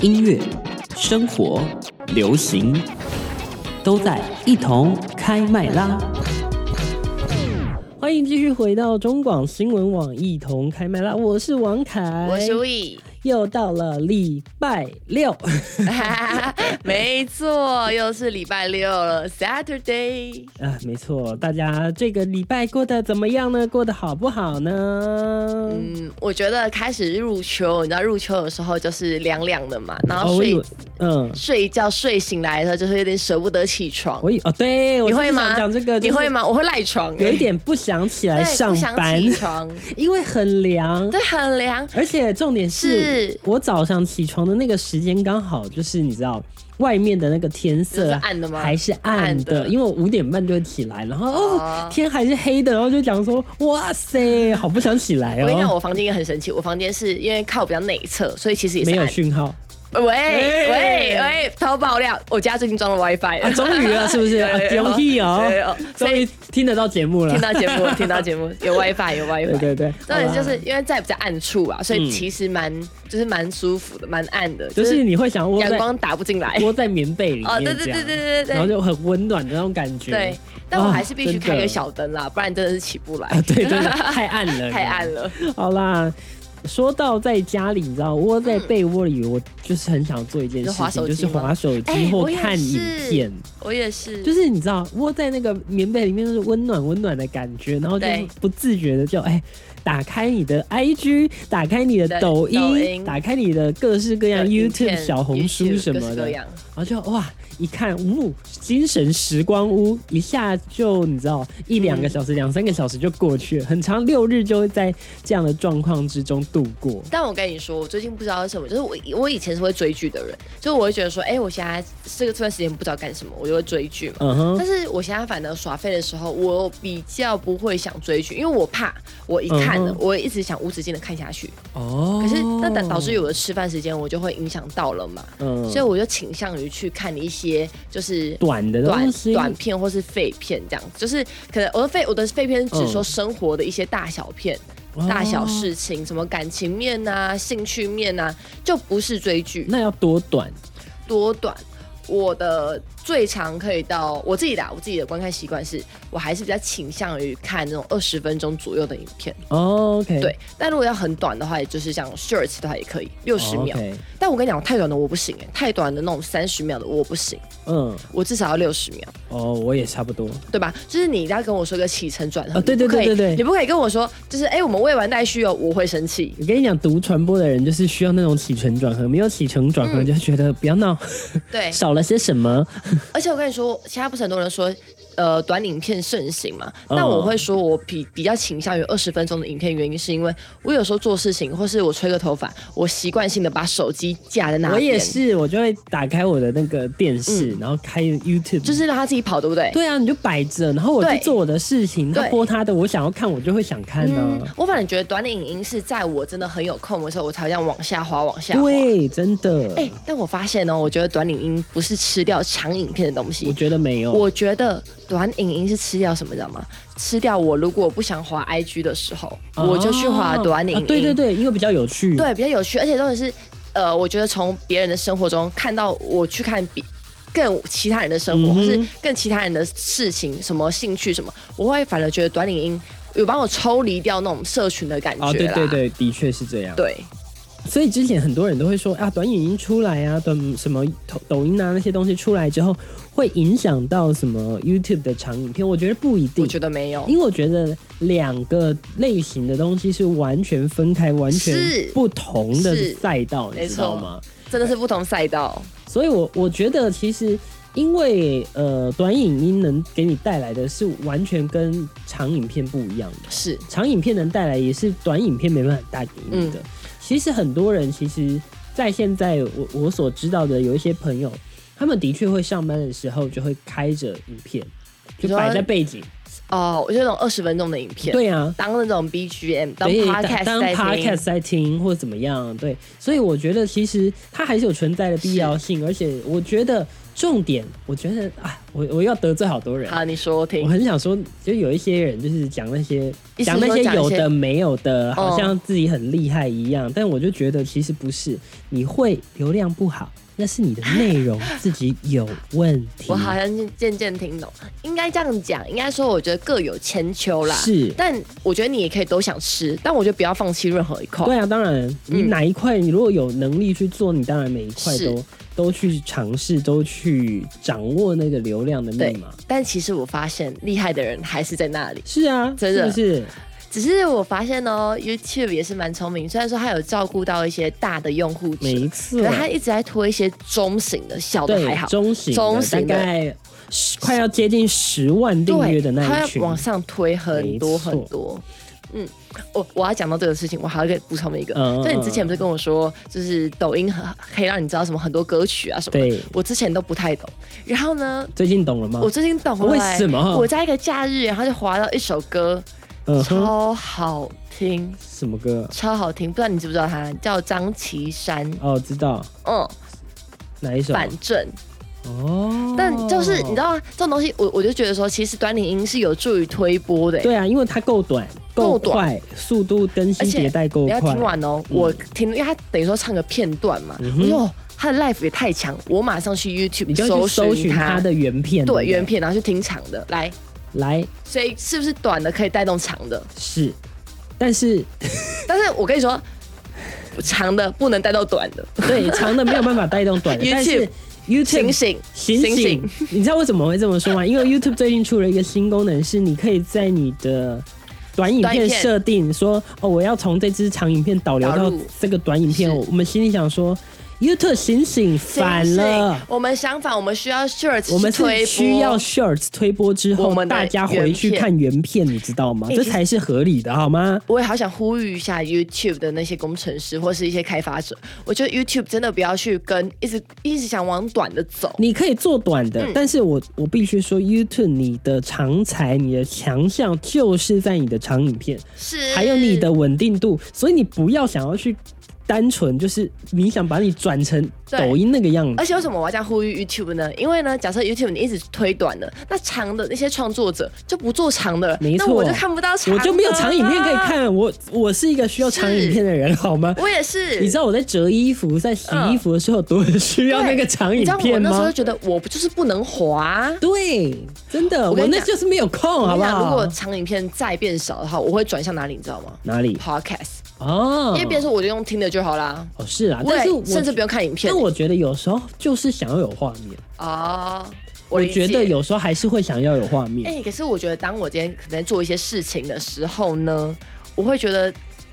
音乐、生活、流行，都在一同开麦啦！欢迎继续回到中广新闻网一同开麦啦！我是王凯，我是 We。又到了礼拜六， 没错，又是礼拜六了，Saturday。啊，没错，大家这个礼拜过得怎么样呢？过得好不好呢？嗯，我觉得开始入秋，你知道入秋的时候就是凉凉的嘛，然后哦我以睡、为嗯，睡一觉睡醒来的时候就是有点舍不得起床。我以哦，对，我你会就是想吗？讲这个，你会？吗？我会赖床、有一点不想起欸来对上不想班，起床，因为很凉。对，很凉。而且重点是是我早上起床的那个时间刚好就是你知道，外面的那个天就是色暗的吗还是暗暗的，的因为我五点半就起来，然后哦哦天还是黑的，然后就讲说哇塞，好不想起来我跟你讲，哦，我房间也很神奇。我房间是因为靠比较内侧，所以其实也是没有暗。讯号。喂喂喂喂，偷爆料！我家最近装了 WiFi， 啊了终于了，是不是？啊对恭喜对哦哦，终于听得到节 目了听。到节目，听到节目， 有 WiFi，有 WiFi。对对对，重点就好啦是因为在比较暗处啊，所以其实蛮、就是蛮舒服的，蛮暗的，就就是是你会想窝阳在光打不进来。窝在棉被里面哦，对对这样对对对然后对对就很温暖的那种感觉。 对，但我还是必须哦开真的个小灯啦，不然真的是起不来，啊，对对 对，太暗了，太暗。了。好啦，说到在家里，你知道窝在被窝里，我就是很想做一件事就滑情，手就机是吗滑手机哎或我也看影是片。我也是，就是你知道窝在那个棉被里面，就是温暖温暖的感觉，然后就对不自觉的就哎、打开你的 IG，打开你的对抖音，抖音打开你的各式各样有影 YouTube、片小红书 YouTube，什各么的，式各然样后就哇一看，呜、精神时光屋，一下就你知道一两个小时、两、三个小时就过去了，很长六日就会在这样的状况之中度过。但我跟你说，我最近不知道是什么，就是我以我以前是会追剧的人，就是我会觉得说，哎、我现在这个这段时间不知道干什么，我就会追剧嘛。嗯哼但，是我现在反而耍废的时候，我比较不会想追剧，因为我怕我一看了，嗯哼我一直想无止境的看下去。哦可是那导导致有的吃饭时间我就会影响到了嘛，嗯所以我就倾向于去看一些就是短的短东西，短片或是废片这样子，就是可能我的废我的废片是指说生活的一些大小片。嗯哦大小事情，什么感情面呐、兴趣面呐、就不是追剧那要多短？多短。我的最长可以到我自己的啊我自己的观看习惯是，我还是比较倾向于看那种二十分钟左右的影片。哦、OK，对，但如果要很短的话，也就是像 shorts 的话也可以，六哦十秒。 ，OK，但我跟你讲，我太短的我不行、欸，太短的那种三十秒的我不行，嗯。我至少要六十秒。哦，我也差不多。对吧？就是你一定要跟我说一个起承转合、啊对你不可以对对对对你不可以跟我说，就是哎、我们未完待续哦，我会 生气。我跟你讲，读传播的人就是需要那种起承转合，没有起承转合嗯就觉得不要闹，对，少了些什么。而且我跟你说，现在不是很多人说，呃，短影片盛行嘛？嗯但我会说，我比比较倾向于二十分钟的影片，原因是因为我有时候做事情，或是我吹个头发，我习惯性的把手机架在那边，我也，是，我就会打开我的那个电视，然后开 YouTube，嗯就是让它自己跑，对不对？对啊，你就摆着，然后我就对做我的事情，他对播他的，我想要看，我就会想看啊呢、嗯，我反正觉得短影音是在我真的很有空的时候，我才会这样往下滑，往下滑。对，真的，哎、但我发现哦，我觉得短影音不是吃掉长影片的东西我，觉得没有。我觉得短影音是吃掉什么，你知道吗？吃掉我如果不想滑 IG 的时候，哦我就去滑短影音。啊对对对，因为比较有趣。对比较有趣，而且重点是，呃，我觉得从别人的生活中看到我去看比更其他人的生活，嗯哼或是更其他人的事情，什么兴趣什么，我会反而觉得短影音有帮我抽离掉那种社群的感觉啦。啊，对对对，的确是这样。对所以之前很多人都会说啊，短影音出来啊，短什么抖抖音啊那些东西出来之后，会影响到什么 YouTube 的长影片？我觉得不一定我，觉得没有。因为我觉得两个类型的东西是完全分开、完全是不同的是赛道，你没知错道吗？真的是不同赛道，所以我我觉得其实。因为呃，短影音能给你带来的是完全跟长影片不一样的。是长影片能带来，也是短影片没办法带给你的。嗯其实很多人，其实，在现在我我所知道的有一些朋友，他们的确会上班的时候就会开着影片，就你说摆在背景，哦，我就那种二十分钟的影片，，对啊，当那种 BGM，当对 podcast 当在听 podcast 在听或怎么样，对，所以我觉得其实它还是有存在的必要性，而且我觉得重点，我觉得啊，我我要得罪好多人，好，你说我我听。很想说，就有一些人就是讲那些意思讲是说那些讲一有些的没有的，好哦像自己很厉害一样，但我就觉得其实不是，你会流量不好，那是你的内容自己有问题我，好像渐渐听懂，应该这样讲，应该说我觉得各有千秋啦。是但我觉得你也可以都想吃，但我觉得不要放弃任何一块。对啊，当然，你嗯哪一块你如果有能力去做，你当然每一块是都都去尝试，都去掌握那个流量的密对码。但其实我发现厉害的人还是在那里，是啊，真是的不是？只是我发现哦，YouTube 也是蛮聪明，虽然说它有照顾到一些大的用户每群，一次可是它一直在推一些中型的，小的还对好。中型的中型的大概十快要接近十万订阅的它那一要群，往上推很没错多很多。嗯，我我要讲到这个事情，我还要再补充一个嗯嗯。就你之前不是跟我说，就是抖音很可以让你知道什么很多歌曲啊什么的。对我之前都不太懂，然后呢，最近懂了吗？我最近懂了、为什么我在一个假日，然后就滑到一首歌，嗯哼，超好听，什么歌？超好听。不知道你知不知道它叫张岐山？哦，知道嗯，哪一首？反正，哦，但就是你知道吗？这种东西，我我就觉得说，其实短影音是有助于推播的、欸对啊，因为它够短、够短快，速度更新而且迭代够你要快。听完哦，我听，因为他等于说唱个片段嘛，嗯我哼就哦他的 life 也太强，我马上去你 YouTube 就去搜寻他它的原片，对不原片，然后去听长的来，来所以是不是短的可以带动长的？是，但是但是我跟你说，长的不能带动短 的，对长的没有办法带动短的，但是 YouTube 醒醒醒醒，醒，你知道为什么会这么说吗？因为 YouTube 最近出了一个新功能，是你可以在你的短影短片影片设定说，哦，我要从这支长影片导流导到入这个短影片。是我我们心里想说，YouTube 醒醒，反了醒。我们相反，我们需要 shorts，我们去推是播需要 Shorts 推播之我后，们的大家回去看原片，你知道吗？欸这其实才是合理的，好吗？我也好想呼吁一下 YouTube 的那些工程师或是一些开发者，我觉得 YouTube 真的不要去跟一直一直想往短的走，你可以做短的，嗯但是我我必须说，YouTube 你的长才，你的强项就是在你的长影片，是还有你的稳定度，所以你不要想要去单纯就是你想把你转成对抖音那个样子而，且为什么我要这样呼吁 YouTube 呢？因为呢，假设 YouTube 你一直推短的，那长的那些创作者就不做长的了，没错那我就看不到长，我就没有长影片可以。看。我我是一个需要长影片的人，好吗？我也是，你知道我在折衣服、在洗衣服的时候，有多需要那个长影你知道我片那时候吗就？觉得我不就是不能滑。对，真的，我跟我那你讲就是没有空，我好跟不你讲，如好果？长影片再变少的话，我会转向哪里，你知道吗哪里？ ？Podcast，哦因，为变成我就用听的就好啦。哦是啊，我但也是我甚至不用看影片但我觉得有时候就是想要有画面，哦。我理解觉得有时候还是会想要有画面。哎、可是我觉得，当我今天可能在做一些事情的时候呢，我会觉得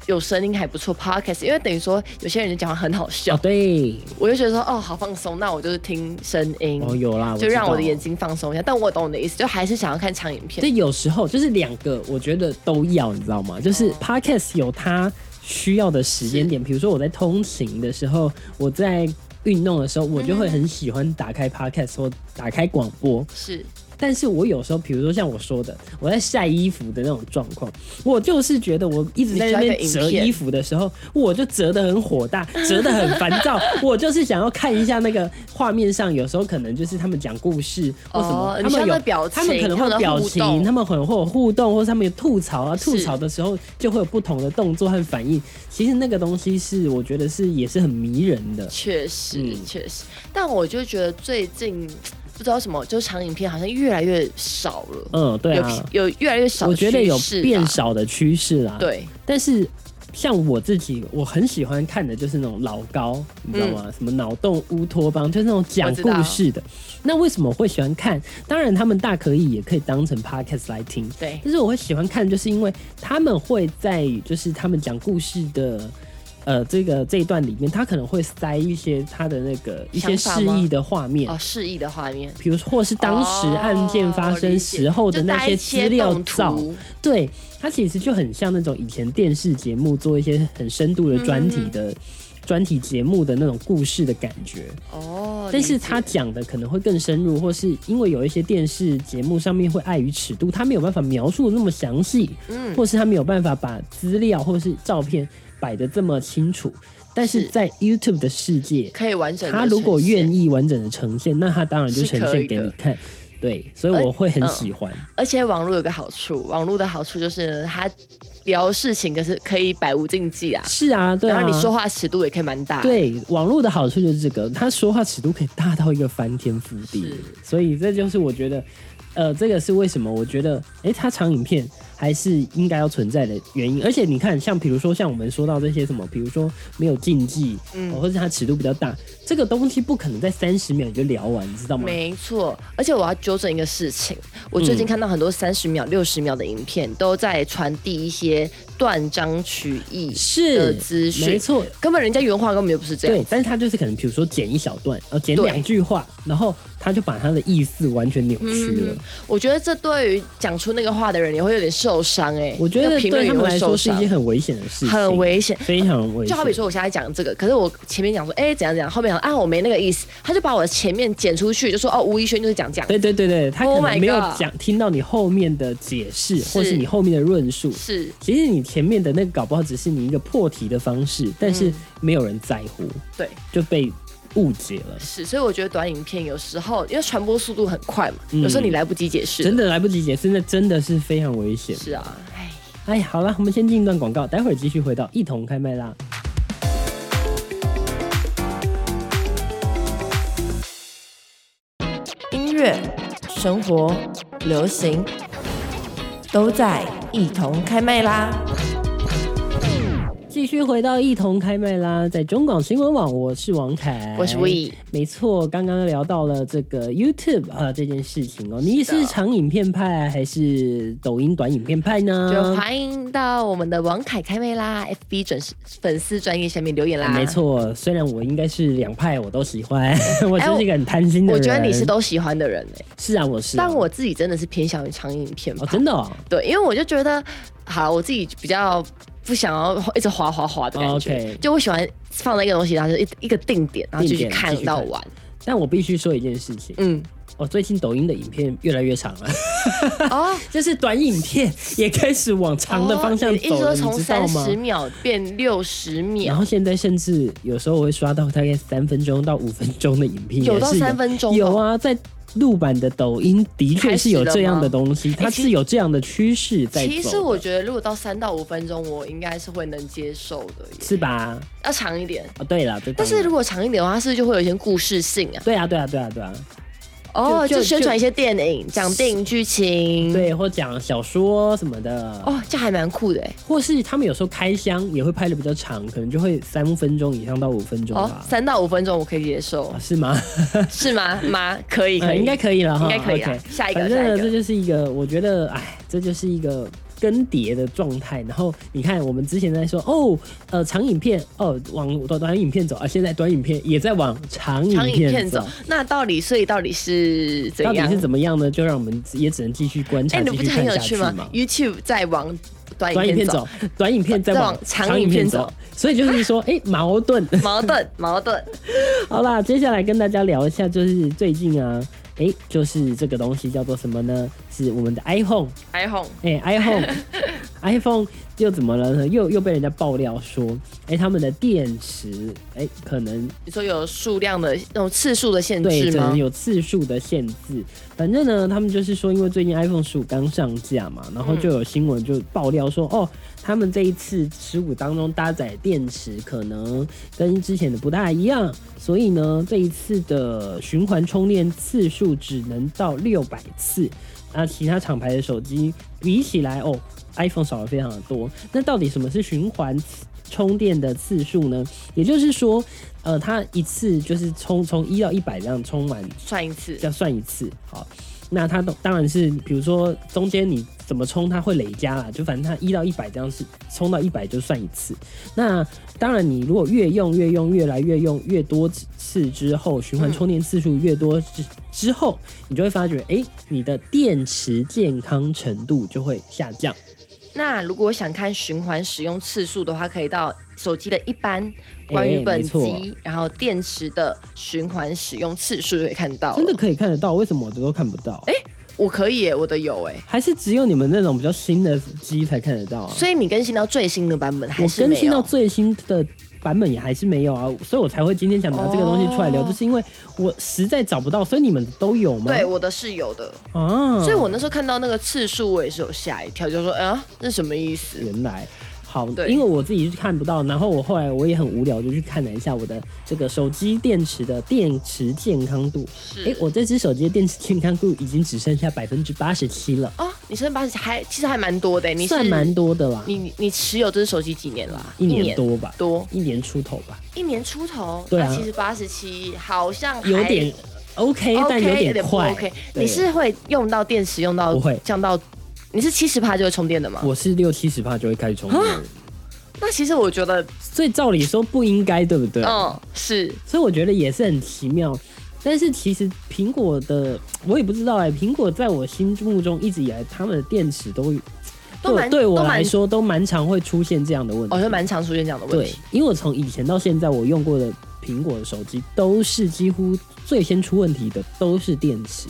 有声音还不错，podcast，因为等于说有些人讲话很好笑，哦，对，我就觉得说哦，好放松，那我就是听声音，哦有啦，就让我的知道眼睛放松一下。但我懂你的意思，就还是想要看长影片这，有时候就是两个，我觉得都要，你知道吗？就是哦 podcast 有它需要的时间点，比如说我在通勤的时候，我在运动的时候，我就嗯会很喜欢打开 podcast 或打开广播。是但是我有时候，比如说像我说的，我在晒衣服的那种状况，我就是觉得我一直在那边你需要折一个影片衣服的时候，我就折得很火大，折得很烦 躁。我就是想要看一下那个画面上，有时候可能就是他们讲故事或什么，哦他你需要们有那表情他们可能会有他们的表互情，动他们很会有互动，或是他们有吐槽啊，是吐槽的时候就会有不同的动作和反应。其实那个东西是我觉得是也是很迷人的，确实嗯确实。但我就觉得最近不知道为什么，就是长影片好像越来越少了，嗯，对啊，有有越来越少，我觉得有变，少的趋势啦，对，但是像我自己，我很喜欢看的就是那种老高，你知道嗯吗？什么脑洞乌托邦，就是那种讲故事的。那为什么会喜欢看？当然，他们大可以也可以当成 podcast 来听，对但是我会喜欢看，就是因为他们会在就是他们讲故事的。呃，这个这一段里面，他可能会塞一些他的那个一些想示法吗意的画面，哦，示意的画面。比如说或是当时案件发哦生理解时候的就那搭些一资料动照，图对，嗯它其实就很像那种以前电视节目做一些很深度的专题的专题节目的那种故事的感觉。哦，但是理解他讲的可能会更深入，或是因为有一些电视节目上面会碍于尺度，他没有办法描述的那么详细，嗯或是他没有办法把资料或是照片摆得这么清楚。但是是在 YouTube 的世界，可以完整地呈他现。如果愿意完整的呈现，那他当然就是呈可现以给的你看。对，所以而我会很嗯喜欢。而且网络有个好处，网络的好处就是呢它聊事情可是可以百无禁忌啊，是啊，对啊。然后你说话尺度也可以蛮大。，对，网络的好处就是这个，他说话尺度可以大到一个翻天覆地是，所以这就是我觉得，呃，这个是为什么我觉得，诶，它长影片还是应该要存在的原因。而且你看，像比如说像我们说到这些什么，比如说没有禁忌，嗯哦或者它尺度比较大，这个东西不可能在三十秒你就聊完，你知道吗？没错。而且我要纠正一个事情，我最近看到很多三十秒、六十秒的影片都在传递一些断章取义的是资没讯，错，根本人家原话根本就不是这样。对，但是他就是可能，比如说剪一小段，呃，剪对两句话，然后他就把他的意思完全扭曲嗯了。我觉得这对于讲出那个话的人也会有点受伤哎、我觉那得个评论对他也们会来受说是一伤件很危险的事情，很危险。非常危险。就好比说，我现在讲这个，可是我前面讲说，哎、怎样怎样，后面讲啊，我没那个意思，他就把我的前面剪出去，就说哦，吴一轩就是讲这样，对对对对，他可 Oh my 能没有 God 讲听到你后面的解释，或是是你后面的论述。是其实你前面的那个搞不好只是你一个破题的方式，但是没有人在乎，对，就被误解了，是，所以我觉得短影片有时候因为传播速度很快嘛，有时候你来不及解释，嗯真的来不及解释，那真的是非常危险。是啊，哎，哎，好了，我们先进一段广告，待会儿继续回到一同开麦啦。音乐、生活、流行，都在一同开麦啦！继续回到一同开麦啦，在中广新闻网，我是王凯，我是 We 没错，刚刚聊到了这个 YouTube 啊这件事情哦，你是长影片派还是抖音短影片派就呢？欢迎到我们的王凯开麦啦，FB 准时粉丝专业下面留言啦，哎没。错，虽然我应该是两派我都喜 欢，我哎就是一个很贪心的我人。觉得你是都喜欢的人哎、是啊，我是啊、但我自己真的是偏向于长影片吧，哦真的哦对，因为我就觉得，好，我自己比较不想要一直滑滑滑的感觉， OK 就我喜欢放在一个东西，然后就一一个定点，然后继续定点看继续到看完。但我必须说一件事情，嗯，我、最近抖音的影片越来越长了，哦，就是短影片也开始往长的方向哦走你一直了，说你从知道三吗？十秒变六十然秒，后现在甚至有时候我会刷到大概三分钟到五分钟的影片，有到也是三分钟哦有啊，在陆版的抖音的确是有这样的东西，开始了吗它是有这样的趋势在走的，哎其实我觉得如果到三到五分钟，我应该是会能接受的耶，是吧？要长一点。哦，对了，这但是如果果长一点的话，它是不是就会有一些故事性啊？对啊，对啊，对啊，对啊，哦，就就就宣传一些电影，讲电影剧情。，对，或讲小说什么的，嗯哦，这还蛮酷的哎。或是他们有时候开箱也会拍的比较长，可能就会三分钟以上到五分钟哦吧，，三到五分钟我可以接受啊，是吗？是 吗？妈，可以，可呃以，应该可以了哈，应该可以啦 OK 下一个反正下呢，一个这就是一个，我觉得，哎，这就是一个更迭的状态。然后你看，我们之前在说，哦，呃，长影片，哦，往短短影片走，啊，现在短影片也在往长影长影片片走。那到底所以到底是怎到底样？是怎么样呢？就让我们也只能继续观察，哎，你继不续是很看有下趣去吗嘛。 ？YouTube 在往短短影影片片走走，，短影片再再往往长长影影片片走走，所以就是 说，哎，矛盾。矛盾，矛盾。好啦，接下来跟大家聊一下，就是最近啊，哎，就是这个东西叫做什么呢？是我们的 iPhone 还红哎、i p h o n e iPhone 又怎么了呢？又又被人家爆料说，哎、他们的电池，哎、可能你说有数量的那种次数的限对，制可吗能？有次数的限制。反正呢，他们就是说，因为最近 iPhone 十五刚上架嘛，然后就有新闻就爆料说，嗯哦，他们这一次十五当中搭载电池可能跟之前的不大一样，所以呢，这一次的循环充电次数只能到六百次。那其他厂牌的手机比起来，哦，iPhone 少了非常的多。那到底什么是循环次充电的次数呢？也就是说，呃，它一次就是充从一到一百这样充满，算一次要算一次。好，那它都当然是，比如说中间你怎么充，它会累加啦。就反正它一到一百这样是充到一百就算一次。那当然，你如果越用越用越来越用越多次之后，循环充电次数越多之之后，你就会发觉，诶，你的电池健康程度就会下降。那如果想看循环使用次数的话，可以到手机的一般，关于哎本没错机，然后电池的循环使用次数就可以看到了。真的可以看得到，为什么我的都看不到？哎我可以耶，我的有哎。还是只有你们那种比较新的机才看得到啊？所以你更新到最新的版本还我是更没新到有？最新的版本也还是没有啊，所以我才会今天想拿这个东西出来聊，哦就是因为我实在找不到，所以你们都有吗？对，我的是有的，啊，所以我那时候看到那个次数，我也是有吓一跳，就说，啊，这什么意思？原来。好，对因为我自己是看不到，然后我后来我也很无聊，就去看了一下我的这个手机电池的电池健康度。是，诶，哎我这只手机的电池健康度已经只剩下百分之八十七了，哦，你身八十还其实还蛮多的，你是算蛮多的啦，你你持有这只手机几年啦、一年多吧，多，一年出头吧，一年出头。对啊那其实八十七好像还有点 OK，, OK，但有点不快。 OK，对你是会用到电池用到我会降到，你是七十趴就会充电的吗？我是六七十帕就会开始充电了，那其实我觉得，所以照理说不应该，对不对？啊嗯，是所以我觉得也是很奇妙。但是其实苹果的我也不知道哎、苹果在我心目中一直以来他们的电池都都蛮对对我都蛮来说都蛮常会出现这样的问题。我觉得蛮常出现这样的问对题。，因为我从以前到现在我用过的苹果的手机都是几乎最先出问题的都是电池。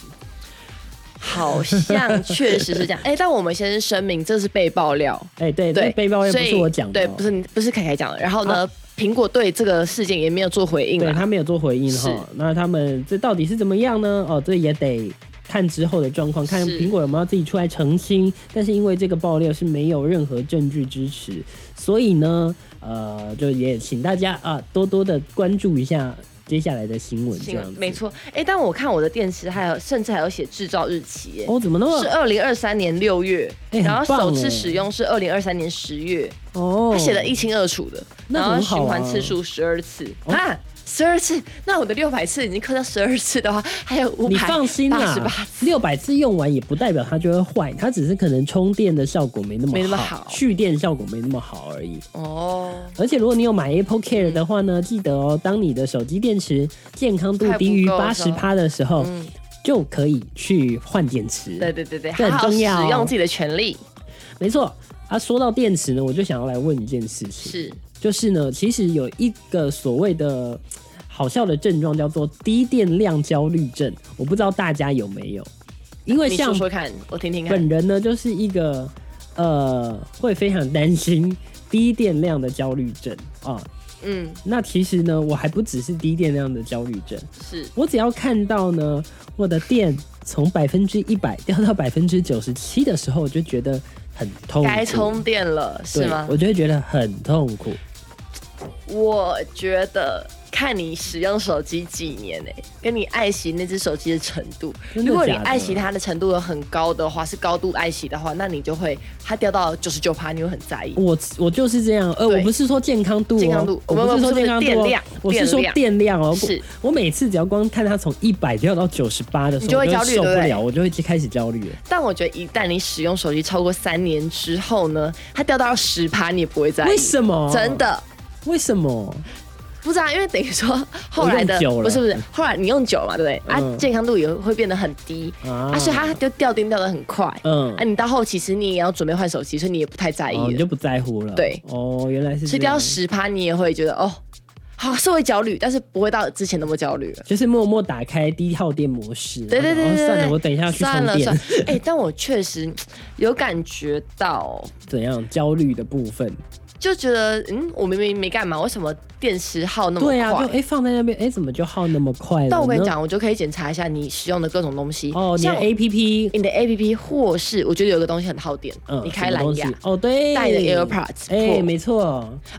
好像确实是 这样。哎、但我们先声明，这是被爆料，哎、对，对这，背包也不所以是我讲的哦、啊对，不是你，不是凯凯讲的。然后呢，苹、果对这个事件也没有做回应对啦。他没有做回应是哈。那他们这到底是怎么样呢？哦，这也得看之后的状况，看是苹果有没有自己出来澄清。但是因为这个爆料是没有任何证据支持，所以呢，呃，就也请大家啊多多的关注一下接下来的新闻，这新样闻子。没。错，哎、但我看我的电池还有，甚至还有写制造日期耶，哦，怎么那是么二零二三年六月，哎然后很棒首次哎使用是二零二三年十月，哦？他写的一清二楚的，那然后很循好啊环次数十二次哦啊，十二次，那我的六百次已经刻到十二次的话，还有五你百放心啊八啦十八，六百次用完也不代表它就会坏，它只是可能充电的效果没那么没那么好蓄电效果没那么好而已。哦，而且如果你有买 Apple 嗯 Care 的话呢，记得哦，当你的手机电池健康度低于快不够八的时十候趴的时候，嗯就可以去换电池。对，对对对，这很好好重使要哦用自己的权利没错。啊，说到电池呢，我就想要来问一件事情，是就是呢，其实有一个所谓的好笑的症状叫做低电量焦虑症，我不知道大家有没有，因为你像说说看，我听听看本。人呢，就是一个呃会非常担心低电量的焦虑症啊。嗯，那其实呢，我还不只是低电量的焦虑症，是我只要看到呢，我的电从百分之一百掉到百分之九十七的时候，我就觉得很痛苦。该充电了对是吗我？就会觉得很痛苦。我觉得看你使用手机几年诶、跟你爱惜那只手机的程度。真的如果你假的爱惜它的程度有很高的话，是高度爱惜的话，那你就会它掉到九十九趴，你会很在意。我我就是这样，呃，对我不是说健康度、哦，健康度我不是说健康度、我们不是说电哦量，我是说电量电量哦。是我每次只要光看它从一百掉到九十八的时候，你就会我焦虑受不对不了，对我就会开始焦虑了。但我觉得一旦你使用手机超过三年之后呢，它掉到十趴，你也不会在意。为什么？真？的为什么？不知道，因为等于说后来的我用久了不是不是，后来你用久了嘛，对不对？啊，嗯健康度也会变得很低，啊啊，所以它就掉电掉的很快。嗯啊，你到后期其实你也要准备换手机，所以你也不太在意哦，你了。就不在乎了。对哦，原来是所以这掉样到。十趴，你也会觉得哦，好是会焦虑，但是不会到之前那么焦虑了。就是默默打开低耗电模式。对对对然后哦对对，算了，我等一下要去算充了算电了。。哎、但我确实有感觉到，怎样？焦虑的部分。就觉得嗯，我明明没干嘛，为什么电池耗那么快？对啊，就哎、放在那边，哎、怎么就耗那么快了？但我跟你，讲，我就可以检查一下你使用的各种东西，哦，你的像 A P P，你的 A P P 或是我觉得有个东西很耗电，嗯，你什开么蓝东西牙。哦，对，带你的 AirPods 哎、 Pro 没错，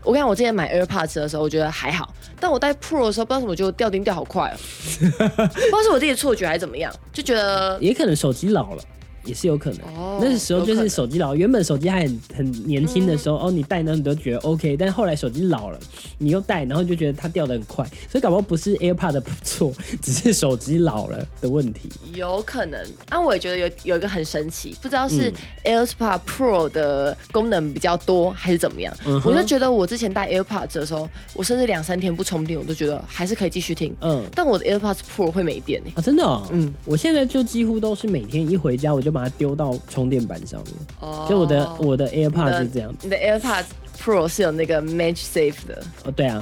我跟你讲，我之前买 AirPods 的时候，我觉得还好，但我戴 Pro 的时候，不知道为什么就掉钉掉好 快哦，不知道是我自己的错觉还是怎么样，就觉得也可能手机老了。也是有可能，哦那时候就有可是能嗯手机老，原本手机还很很年轻的时候，哦，你戴呢你都觉得 OK，但后来手机老了，你又戴，然后就觉得它掉的很快，所以搞不好不是 AirPod 的不错，只是手机老了的问题。有可能。啊，我也觉得有有一个很神奇，不知道是嗯 AirPods Pro 的功能比较多还是怎么样，嗯哼我就觉得我之前戴 AirPods 的时候，我甚至两三天不充电，我都觉得还是可以继续听。嗯，但我的 AirPods Pro 会没电呢、啊，真的、哦，嗯嗯，我现在就几乎都是每天一回家，我就把它丢到充电板上面，哦就我的我的 AirPod 是这样，你的 AirPods Pro 是有那个 Match Safe 的，哦，对 啊，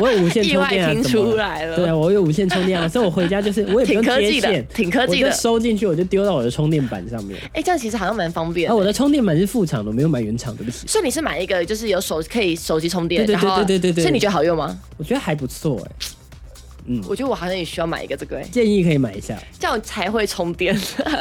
我有无线意充外电啊，听怎么出了？来对了，啊，我有无线充电啊，所以我回家就是我也不挺用科接技的线，，挺科我技就的。收进去，我就丢到我的充电板 上面。哎、这样其实好像蛮方便啊，的。我的充电板是副厂的，我没有买原厂，对不起。所以你是买一个就是有手可以手机充电，对对对然后对对对对所以你觉得好用吗？我觉得还不错哎、嗯，我觉得我好像也需要买一个这个、欸，建议可以买一 下。这样我才会充电。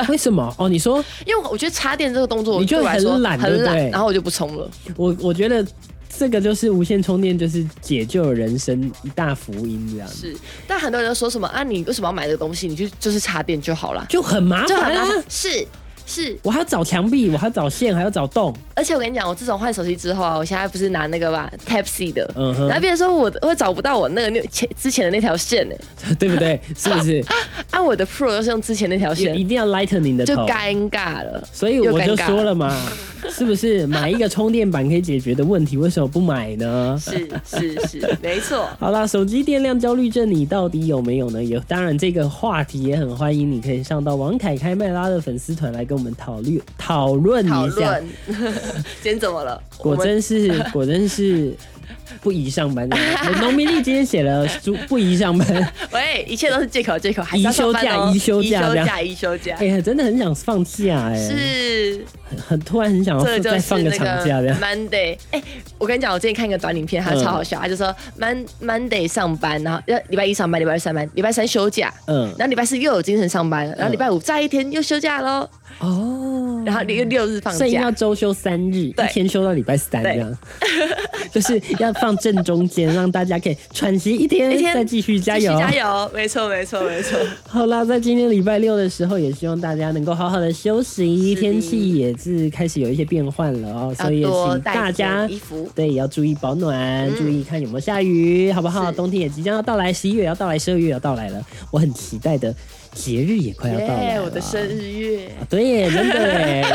为什么？哦，你说因为我觉得插电这个动作，你就对我来说很懒对不很对懒，然后我就不充了。我，我觉得这个就是无线充电，就是解救人生一大福音，这样子是，但很多人都说什么啊，你为什么要买这个东西？你就就是插电就好了，就很麻就很烦麻啊。烦。是是，我还要找墙壁，我还要找线，还要找洞。 而且我跟你讲，我自从换手机之后啊，我现在不是拿那个吧 Type C 的，嗯哼然后别人说我会找不到我那个那前之前的那条线呢、对不对？是不 是？啊，我的 Pro 又是用之前那条也一线，定要 lighten 你的就头。尴 尬了。所以我就说了嘛， 是不是买一个充电板可以解决的问题，为什么不买呢？是是是，没错。 好啦，手机电量焦虑症你到底有没有呢？有，当然这个话题也很欢迎，你可以上到王凯开麦拉的粉丝团来跟我们讨论讨论讨一下。论， 今天怎么了？我果们 真是果真是不宜上班的。我农民历今天写了书不宜上班， 喂，一切都是借口，借口，还是要宜休上班假哦宜休假宜这休样假，宜休假哎、。呀，真的很想放假哎、是，很突然很想这要就再哦是放个那长假这个样。 Monday。哎，我跟你讲，我之前看一个短影片，它嗯超好笑，它就说 Mon Monday 上班，然后要礼拜一上班，礼拜二上班，礼拜三休假，嗯，然后礼拜四又有精神上班，然后嗯礼拜五再一天又休假喽，哦，然后六六日放所以要假。周休三日，一对天休到礼拜三这对样， 就是要放正中间，让大家可以喘息一天，一天再继续加油。继续加油！没错，没 错，没错。好啦，在今天礼拜六的时候，也希望大家能够好好的休息，是的天气也是开始有一些变换了哦，所以也要多请带大家件衣服。嗯对也要注意保暖，注意看有没有下雨，好不好？是冬天也即将要到来，十一月也要到来，十二月也要到来了，我很期待的节日也快要到来耶，了。我的生日月啊对耶，真的耶，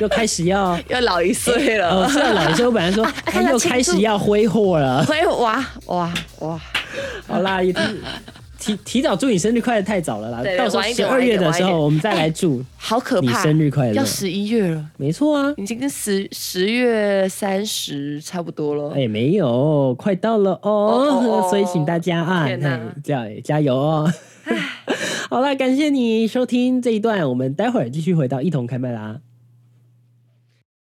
又开始 要。又老一岁哦，了。 是啊，老师，我本来说哦啊他又开始要挥霍了。所以哎哇哇哇，好啦，也提提提早祝你生日快乐太早了啦对，对到时候晚一十点二月的时晚一点候我们再来祝好 可你怕！生日快乐要。十一月了，没错啊，已经跟十十月三十差不多了。哎，没有，快到了哦哦哦哦，所以请大家啊，天哪哎加加油哦。 好啦，感谢你收听这一段，我们待会儿继续回到一同开麦啦。